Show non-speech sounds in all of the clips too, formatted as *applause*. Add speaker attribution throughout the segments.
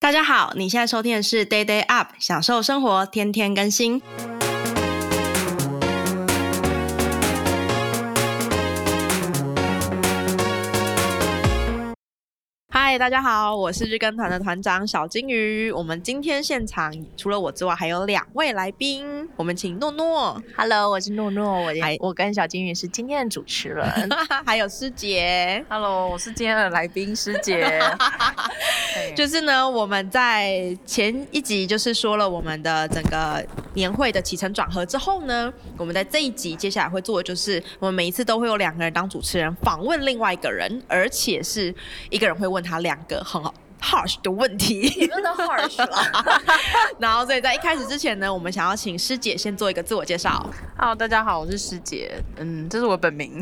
Speaker 1: 大家好，你现在收听的是 Day Day Up，享受生活，天天更新。嗨，大家好，我是日更团的团长小金鱼。我们今天现场除了我之外，还有两位来宾，我们请诺诺，
Speaker 2: Hello，我是诺诺，我
Speaker 1: 嗨
Speaker 2: 我跟小金鱼是今天的主持人。
Speaker 1: *laughs* 还有师姐。
Speaker 2: Hello，我是今天的来宾师 *laughs* 姐。就
Speaker 1: 就是呢，我们在前一集就是说了我们的整个年会的起承转合之后呢，我们在这一集接下来会做的就是，我们每一次都会有两个人当主持人访问另外一个人，而且是一个人会问他两个很好 harsh 的问题。 *laughs*
Speaker 2: 真的 harsh 了。
Speaker 1: 然后，所以在一开始之前呢，我们想要请师姐先做一个自我介绍。
Speaker 3: Hello，大家好，我是师姐，嗯，这是我本名，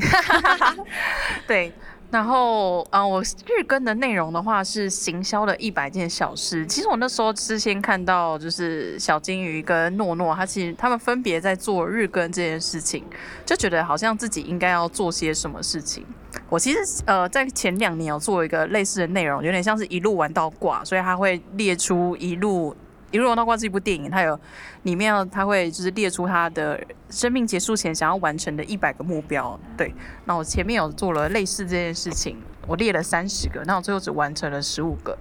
Speaker 3: 对。然后，嗯、我日更的内容的话是行销的一百件小事。其实我那时候是先看到，就是小金鱼跟诺诺，他其实他们分别在做日更这件事情，就觉得好像自己应该要做些什么事情。我其实呃，在前两年有做一个类似的内容，有点像是一路玩到挂，所以他会列出一路一路玩到挂这一部电影，它有里面要他会就是列出他的生命结束前想要完成的一百个目标。对，那我前面有做了类似这件事情，我列了三十个，那我最后只完成了十五个。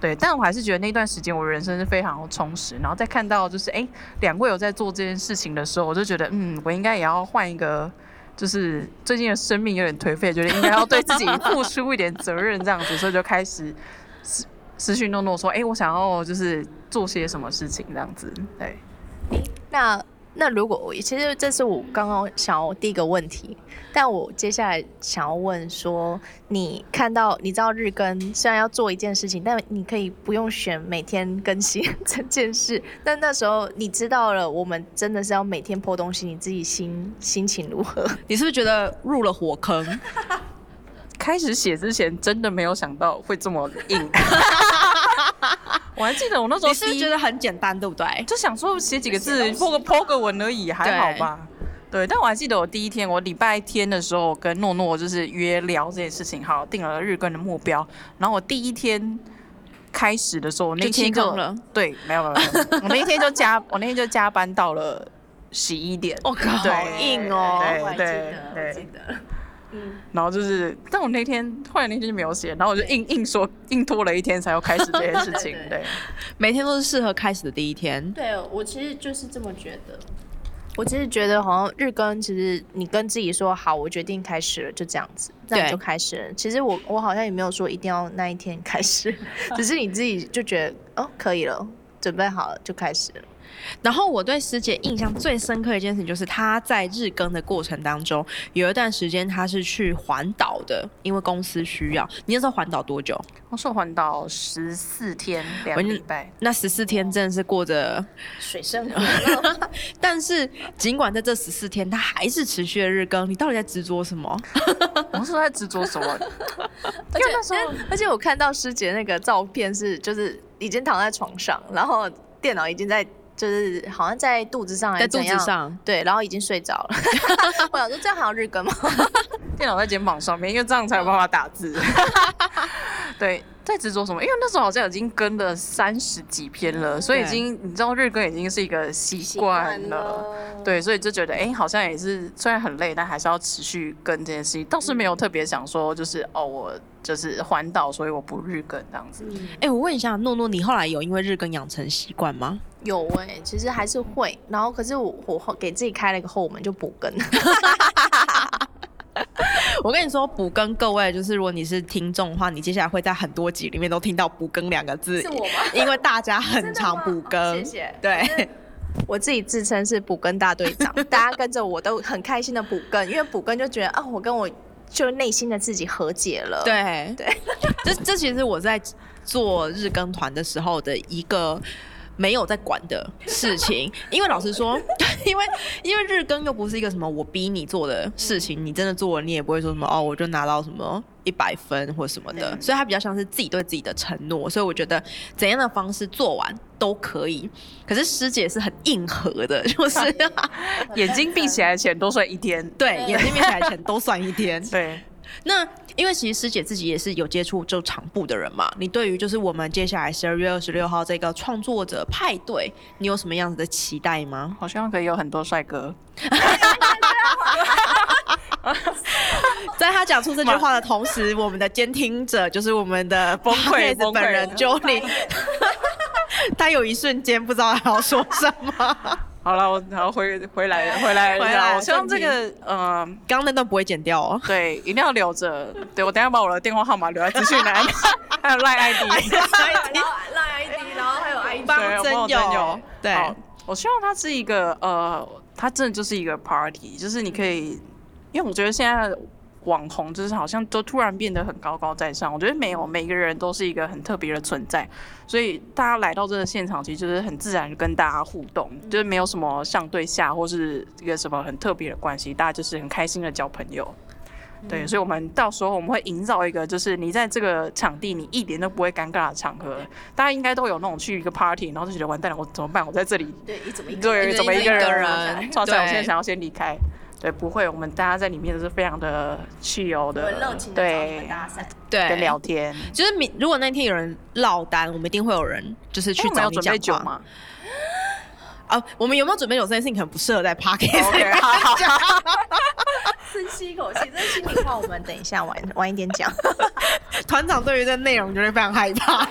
Speaker 3: 对，但我还是觉得那段时间我人生是非常充实。然后再看到就是哎，诶两位有在做这件事情的时候，我就觉得嗯，我应该也要换一个。就是最近的生命有点颓废，觉得应该要对自己付出一点责任，这样子，所以就开始私私讯诺诺说，哎、我想要就是做些什么事情这样子，对。
Speaker 2: 那那如果我其实这是我刚刚想要第一个问题，但我接下来想要问说，你看到你知道日更虽然要做一件事情，但你可以不用选每天更新 *laughs* 这件事。但那时候你知道了，我们真的是要每天 po 东西，你自己心心情如何？
Speaker 1: 你是不是觉得入了火坑？
Speaker 3: 开始写之前真的没有想到会这么
Speaker 1: *laughs*
Speaker 3: 硬。我还记得我那时候
Speaker 1: 你是不是
Speaker 3: 第一
Speaker 1: 觉得很简单，对不对？
Speaker 3: 就想说写几个字，破个破个文而已，还好吧。对，但我还记得我第一天，我礼拜天的时候，我跟诺诺就是约聊这件事情，好，定了日更的目标。然后我第一天开始的时候，我那
Speaker 1: 就
Speaker 3: 天
Speaker 1: 弃
Speaker 3: 就
Speaker 1: 坑了
Speaker 3: 对，没有没有，没有我那一天就加，我那天就加班到了十一点。
Speaker 1: 我靠，
Speaker 3: 对
Speaker 1: 哦好硬哦！
Speaker 3: 对对
Speaker 2: 得。。
Speaker 3: 然后就是，但我那天后来那天就没有写，然后我就硬硬说硬拖了一天才要开始这件事情
Speaker 2: 对
Speaker 3: 对，
Speaker 1: 每天都是适合开始的第一天。
Speaker 4: 对我其实就是这么觉得。
Speaker 2: 我只是觉得好像日更，其实你跟自己说好，我决定开始了，就这样子，那
Speaker 1: 对
Speaker 2: 你就开始了。其实我我好像也没有说一定要那一天开始， *laughs* 只是你自己就觉得哦可以了，准备好了就开始了。
Speaker 1: 然后我对师姐印象最深刻的一件事情，就是她在日更的过程当中，有一段时间她是去环岛的，因为公司需要。你那时候环岛多久？
Speaker 3: 我说环岛十四天两
Speaker 1: 我
Speaker 3: 个
Speaker 1: 就
Speaker 3: 礼拜，
Speaker 1: 那十四天真的是过着，
Speaker 4: 水
Speaker 2: *laughs*
Speaker 4: 生活，
Speaker 1: 但是尽管在这十四天，她还是持续的日更。你到底在执着什么？
Speaker 3: 我是在执着什么？因为那时候
Speaker 2: 而且我看到师姐那个照片是，就是已经躺在床上，然后电脑已经在，就是好像在肚子上还
Speaker 1: 在
Speaker 2: 是
Speaker 1: 肚
Speaker 2: 怎
Speaker 1: 子
Speaker 2: 样，
Speaker 1: 上，
Speaker 2: 对，然后已经睡着了。 *laughs* 我想说这样还有日更
Speaker 4: *laughs*
Speaker 2: 吗？
Speaker 3: 电脑在肩膀上面，因为这样才有办法打字。对，在执着什么？因为那时候好像已经跟了三十几篇了，所以已
Speaker 1: 对
Speaker 3: 经你知道日更已经是一个习惯了。对，所以就觉得，哎、好像也是，虽然很累，但还是要持续跟这件事情。倒是没有特别想说，就是哦，我就是环岛，所以我不日更这样子。
Speaker 1: 哎、我问一下诺诺，你后来有因为日更养成习惯吗？
Speaker 2: 有哎、其实还是会，然后可是我我后给自己开了一个后门就
Speaker 1: *laughs*
Speaker 2: 补更。
Speaker 1: 我跟你说，补更各位，就是如果你是听众的话，你接下来会在很多集里面都听到“补更”两个字，
Speaker 4: 是我吗？
Speaker 2: *laughs*
Speaker 1: 因为大家 *laughs* 很常补更。
Speaker 2: 哦谢呃谢。
Speaker 1: 对，
Speaker 2: 我自己自称是补更大队长，大家跟着我都很开心的补更，因为补更就觉得啊，我跟我就内心的自己和解了。，
Speaker 4: *laughs*
Speaker 1: 对
Speaker 2: 对，
Speaker 1: 这这其实我在做日更团的时候的一个。没有在管的事
Speaker 2: *laughs*
Speaker 1: 情，因为老实说， *laughs* 因为因为日更又不是一个什么我逼你做的事情，你真的做了，你也不会说什么哦，我就拿到什么一百分或什么的，所以它比较像是自己对自己的承诺，所以我觉得怎样的方式做完都可以。可是师姐是很硬核的，就是
Speaker 2: *laughs*
Speaker 3: 眼睛闭起来前多睡一天。
Speaker 1: 对眼睛闭起来前都算一天，
Speaker 3: *laughs* 对，
Speaker 1: 那因为其实师姐自己也是有接触就场部的人嘛，你对于就是我们接下来十二月二十六号这个创作者派对，你有什么样子的期待吗？
Speaker 3: 好像可以有很多帅哥。
Speaker 1: *laughs* 在他讲出这句话的同时，我们的监听者就是我们的 *laughs* 崩
Speaker 3: 溃崩溃
Speaker 1: 本人 Johnny，他有一瞬间不知道他要说什么。
Speaker 3: *laughs* 好了，我然后回回来回来
Speaker 1: 回来
Speaker 3: 我希望这个呃，
Speaker 1: *laughs* 刚刚那段不会剪掉哦。
Speaker 3: 对，一定要留着。对我等一下把我的电话号码留在资讯 *laughs* 栏，还有赖 ID，
Speaker 4: 然后赖
Speaker 2: *laughs*
Speaker 4: ID，然后还有 ID，
Speaker 1: 帮
Speaker 3: 对，我
Speaker 1: 真
Speaker 3: 帮我
Speaker 1: 友
Speaker 3: 真友。
Speaker 1: 对
Speaker 3: 好我希望它是一个呃，它真的就是一个 party，就是你可以，因为我觉得现在的网红就是好像都突然变得很高高在上，我觉得没有，每个人都是一个很特别的存在，所以大家来到这个现场，其实就是很自然地跟大家互动，就是没有什么上对下或是一个什么很特别的关系，大家就是很开心的交朋友。对，所以我们到时候我们会营造一个，就是你在这个场地，你一点都不会尴尬的场合。大家应该都有那种去一个 party，然后就觉得完蛋了，我怎么办？我在这里
Speaker 4: 对，你怎么一个
Speaker 3: 对，
Speaker 1: 一
Speaker 3: 怎么
Speaker 1: 个
Speaker 3: 一个
Speaker 1: 一个
Speaker 3: 人
Speaker 1: 人？
Speaker 3: 超帅！我现在
Speaker 1: 对
Speaker 3: 想要先离开。对，不会，我们大家在里面都是非常的 chill 的
Speaker 4: 很热，情的找你们
Speaker 3: 对，
Speaker 4: 搭 *laughs* 讪，
Speaker 1: 对，
Speaker 3: 跟聊天。
Speaker 1: 就是你如果那天有人落单，我们一定会有人就是去
Speaker 3: 哎我们
Speaker 1: 找
Speaker 3: 有
Speaker 1: 你
Speaker 3: 准
Speaker 1: 讲
Speaker 3: 备酒
Speaker 1: 话。
Speaker 3: *laughs* 吗
Speaker 1: 啊，我们有没有准备酒这件事情可能不适合在 p a r k i n
Speaker 3: ？OK，好好好。
Speaker 4: 深吸一口气，这是心里
Speaker 2: 那我 *laughs* 们等一下晚晚一点 *laughs* 讲。
Speaker 1: 团长对于这内容就会非常害怕，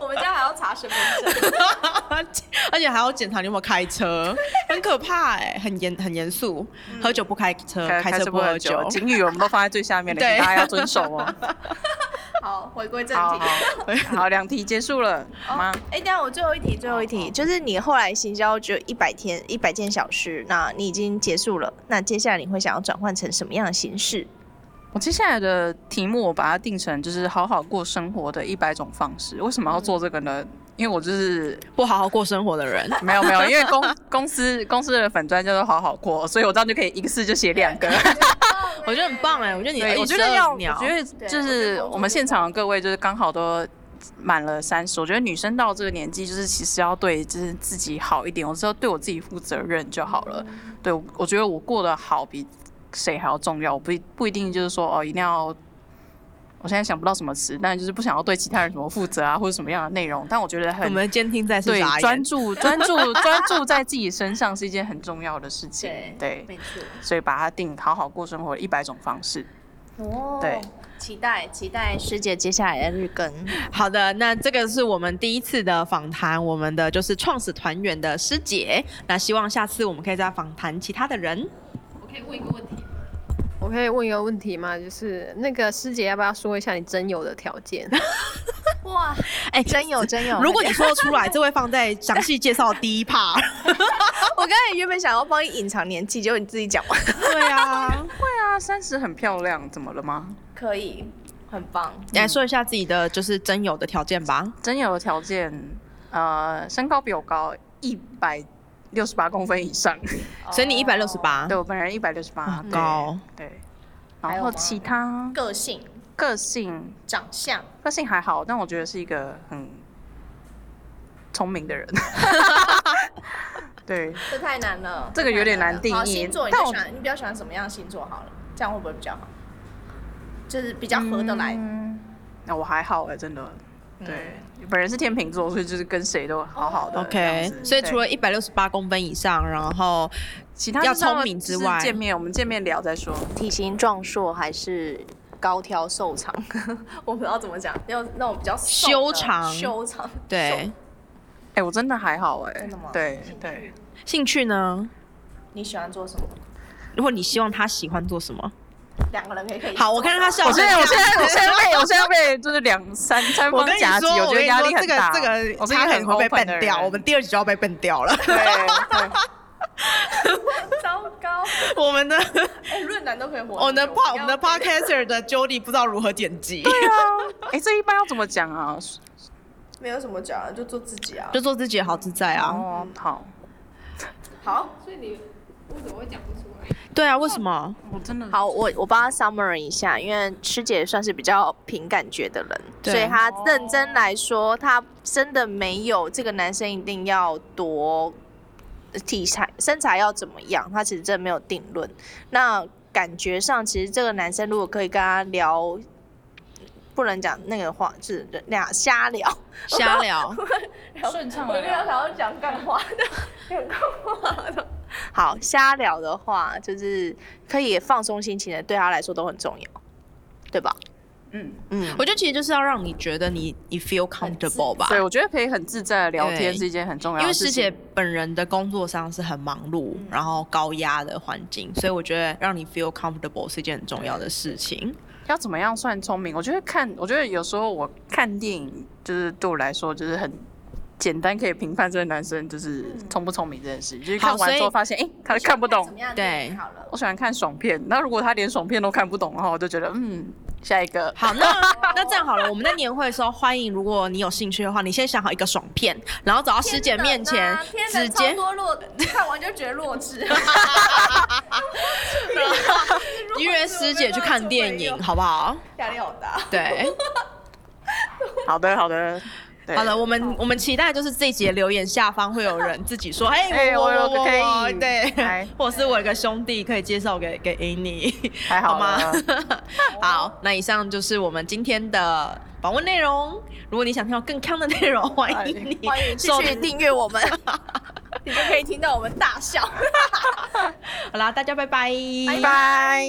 Speaker 4: 我们家还要查身份证，
Speaker 1: *laughs* 而且还要检查你有没有开 *laughs* 车，很可怕哎、很严很严肃，喝酒不开车，
Speaker 3: 开
Speaker 1: 嗯开
Speaker 3: 车
Speaker 1: 车
Speaker 3: 不
Speaker 1: 不
Speaker 3: 喝
Speaker 1: 喝
Speaker 3: 酒
Speaker 1: 酒，。
Speaker 3: 警语我们都放在最下面的，
Speaker 1: 对
Speaker 3: 请大家要遵守哦。
Speaker 4: 好，回归正
Speaker 3: 好
Speaker 4: 题。
Speaker 3: 好好，两题结束了吗？
Speaker 2: 哎、等一下我最后一题，最后一题、就是你后来行销就一百天一百件小事，那你已经结束了，那接下来你会想要转换成什么样的形式？
Speaker 3: 我接下来的题目，我把它定成就是好好过生活的一百种方式。为什么要做这个呢？因为我就是
Speaker 1: 不好好过生活的 *laughs* 人，
Speaker 3: 没有没有，因为公公司公司的粉砖叫做好好过，所以我这样就可以一个字就写两个。
Speaker 5: 哦
Speaker 1: 我觉得很棒哎、我觉得你
Speaker 3: 对，我觉
Speaker 1: 一
Speaker 3: 得
Speaker 1: 石
Speaker 3: 要，
Speaker 1: 二
Speaker 3: 我
Speaker 1: 鸟
Speaker 3: 觉得
Speaker 4: 对
Speaker 3: 就
Speaker 4: 我觉得
Speaker 3: 是
Speaker 4: 工作
Speaker 3: 我们
Speaker 4: 就
Speaker 3: 现
Speaker 4: 是
Speaker 3: 场的各位就是刚好都满了三十，我觉得女生到这个年纪就是其实要对就是自己好一点，我只要对我自己负责任就好了。
Speaker 4: 嗯
Speaker 3: 对，我我觉得我过得好比谁还要重要，我不一不一定就是说哦一定要。我现在想不到什么词，但就是不想要对其他人什么负责啊，或者什么样的内容。但我觉得很
Speaker 1: 我们监听在是
Speaker 3: 对
Speaker 1: 傻
Speaker 3: 专
Speaker 1: 眼。
Speaker 3: 注、专注、专注在自己身上是一件很重要的事情。
Speaker 4: 对没错。
Speaker 3: 所以把它定好好过生活一百种方式。
Speaker 4: 哦
Speaker 3: 对，
Speaker 4: 期待期待是
Speaker 2: 师姐接下来的日更，
Speaker 1: 好的，那这个是我们第一次的访谈，我们的就是创始团员的师姐。那希望下次我们可以再访谈其他的人。
Speaker 6: 我可以问一个问题吗？
Speaker 5: 我可以问一个问题吗？就是那个师姐要不要说一下你真有的条
Speaker 2: *laughs*
Speaker 5: 件？
Speaker 4: 哇，
Speaker 1: 哎、
Speaker 2: 真有真有。
Speaker 1: 如果你说得出来，这会放在详细介绍的第一 part。
Speaker 2: *laughs* 我刚才原本想要帮你隐藏年纪，结果你自己讲完。
Speaker 1: 对啊，
Speaker 3: 对啊，三十很漂亮，怎么了吗？
Speaker 4: 可以，很棒。
Speaker 1: 你来说一下自己的就是真有的条件吧。
Speaker 3: 真有条件，呃，身高比我高一百六十八公分以上，
Speaker 1: 所
Speaker 5: 哦
Speaker 1: 以你一百六十八，
Speaker 3: 哦对我本人一百六十八，对
Speaker 1: 啊高。
Speaker 3: 对。
Speaker 4: 还
Speaker 3: 然
Speaker 4: 有
Speaker 3: 后
Speaker 4: 吗
Speaker 3: 其他
Speaker 4: 个性、
Speaker 3: 个性，
Speaker 4: 长相，
Speaker 3: 个性还好，但我觉得是一个很聪明
Speaker 1: *laughs*
Speaker 3: 的人。对，
Speaker 4: 这太难了，
Speaker 3: 这个有点难定义
Speaker 4: 好星座，你
Speaker 3: 但
Speaker 4: 就
Speaker 3: 我
Speaker 4: 喜欢，你比较喜欢什么样的星座好了，这样会不会比较好？就是比较合得来。
Speaker 3: 嗯那、我还好哎、真的。
Speaker 1: 嗯
Speaker 3: 对，本人是天秤座，所以就是跟谁都好好的这样
Speaker 1: OK，
Speaker 3: 子。
Speaker 1: 所以
Speaker 3: 对
Speaker 1: 除了一百六十八公分以上，然后
Speaker 3: 其他
Speaker 1: 要
Speaker 3: 就是
Speaker 1: 聪明之
Speaker 3: 就是
Speaker 1: 外
Speaker 3: 见面我们见面聊再说。
Speaker 2: 体型壮硕还是高挑瘦长？
Speaker 4: *laughs* 我不知道怎么讲，要那种比较瘦的
Speaker 1: 修长
Speaker 4: 修长，
Speaker 1: 对
Speaker 3: 哎、我真的还好哎、
Speaker 4: 真的吗
Speaker 3: 对对，
Speaker 1: 兴趣呢？
Speaker 4: 你喜欢做什么？
Speaker 1: 如果你希望他喜欢做什么，
Speaker 4: 两个人可以可以。
Speaker 1: 好，我看看他笑
Speaker 3: 我现
Speaker 1: 成这
Speaker 3: 在
Speaker 1: 样。
Speaker 3: 我现在我现在被我现在被就是两三三
Speaker 1: *laughs* 我
Speaker 3: 方
Speaker 1: 跟你
Speaker 3: 夹击，
Speaker 1: 说，跟
Speaker 3: 我觉得
Speaker 1: 你
Speaker 3: 压
Speaker 1: 说
Speaker 3: 力很
Speaker 1: 这个
Speaker 3: 大。
Speaker 1: 这个
Speaker 3: 我是一
Speaker 1: 他
Speaker 3: 个
Speaker 1: 可
Speaker 3: 很
Speaker 1: 能会被
Speaker 3: open 的
Speaker 1: 笨掉，
Speaker 3: 人
Speaker 1: 我们第二集就要被笨掉了。
Speaker 3: *laughs* 对对，
Speaker 4: *laughs* 糟糕，
Speaker 1: *laughs* 我们的
Speaker 4: 哎，论坛都可以活。
Speaker 1: 我们的 pod 我们的
Speaker 4: 不要
Speaker 1: podcaster 的 Jody 不知道如何剪辑，
Speaker 3: 哎、这一般要怎么讲
Speaker 1: *laughs*
Speaker 3: 啊？
Speaker 4: 没有什么讲，就做自己啊。
Speaker 1: 就做自己好自在啊。
Speaker 3: 哦，好，
Speaker 4: 好，
Speaker 6: 所以你为什么会讲不出来？
Speaker 1: 对啊，为什么？
Speaker 3: 我真的
Speaker 2: 好，我我帮他 summary 一下，因为师姐算是比较凭感觉的人，
Speaker 1: 对
Speaker 2: 所以她认真来说，她真的没有这个男生一定要多体材身材要怎么样，她其实真的没有定论。那感觉上，其实这个男生如果可以跟他聊，不能讲那个话，是俩瞎聊，
Speaker 1: 瞎
Speaker 3: *laughs*
Speaker 1: 聊，
Speaker 3: 顺畅
Speaker 4: 我
Speaker 3: 了
Speaker 4: 刚刚
Speaker 3: 聊。
Speaker 4: 想要讲干话的，讲干话的。
Speaker 2: 好瞎聊的话，就是可以放松心情的，对他来说都很重要，对吧？
Speaker 4: 嗯，
Speaker 2: 嗯，
Speaker 1: 我觉得其实就是要让你觉得你你 feel comfortable 吧，
Speaker 3: 对，我觉得可以很自在的聊天
Speaker 1: 对
Speaker 3: 是一件很重要
Speaker 1: 因
Speaker 3: 的
Speaker 1: 为
Speaker 3: 事
Speaker 1: 师
Speaker 3: 情。
Speaker 1: 姐本人的工作上是很忙碌，然后高压的环境，所以我觉得让你 feel comfortable 是一件很重要的事情。
Speaker 3: 要怎么样算聪明？我觉得看，我觉得有时候我看电影，就是对我来说就是很简单，可以评判这个男生就是
Speaker 1: 嗯
Speaker 3: 聪不聪明这件事。就是看
Speaker 1: 好所
Speaker 3: 完
Speaker 1: 以
Speaker 3: 之后发现，哎、他看不懂
Speaker 4: 怎。么样？
Speaker 1: 对
Speaker 4: 好了，
Speaker 3: 我喜欢看爽片，那如果他连爽片都看不懂的话，我就觉得嗯，下一个。
Speaker 1: 好，那 *laughs* 那这样好了，我们在年会的时候，欢迎如果你有兴趣的话，你先想好一个爽片，然后走到师姐面前，
Speaker 4: 啊天哪
Speaker 1: 直接
Speaker 4: 超多弱，看完就觉得弱 *laughs*
Speaker 2: *laughs*
Speaker 4: 智。
Speaker 1: 约师姐去看电影，好不好？
Speaker 4: 压力好
Speaker 2: *laughs*
Speaker 4: 大。
Speaker 1: 对，
Speaker 3: 好的，好的，对
Speaker 1: 好了，。我们我们期待就是这一节留言下方会有人自己说，哎、
Speaker 3: 哎
Speaker 1: 我
Speaker 3: 我有
Speaker 1: 我
Speaker 3: 个
Speaker 1: 我
Speaker 3: 可以
Speaker 1: 我对
Speaker 3: 哎，
Speaker 1: *laughs* 或是我有个兄弟可以介绍给给你，
Speaker 3: 还好
Speaker 1: 吗 *laughs*
Speaker 3: 了？
Speaker 1: 好，那以上就是我们今天的访问内容。如果你想听到更康的内容，欢迎你
Speaker 4: 欢迎
Speaker 2: 哎继
Speaker 1: 收
Speaker 2: 续
Speaker 1: 听。
Speaker 2: 订阅
Speaker 4: *laughs*
Speaker 2: 我们，
Speaker 4: 你就可以听到我们大笑。
Speaker 1: 好啦，大家拜拜，
Speaker 3: 拜拜。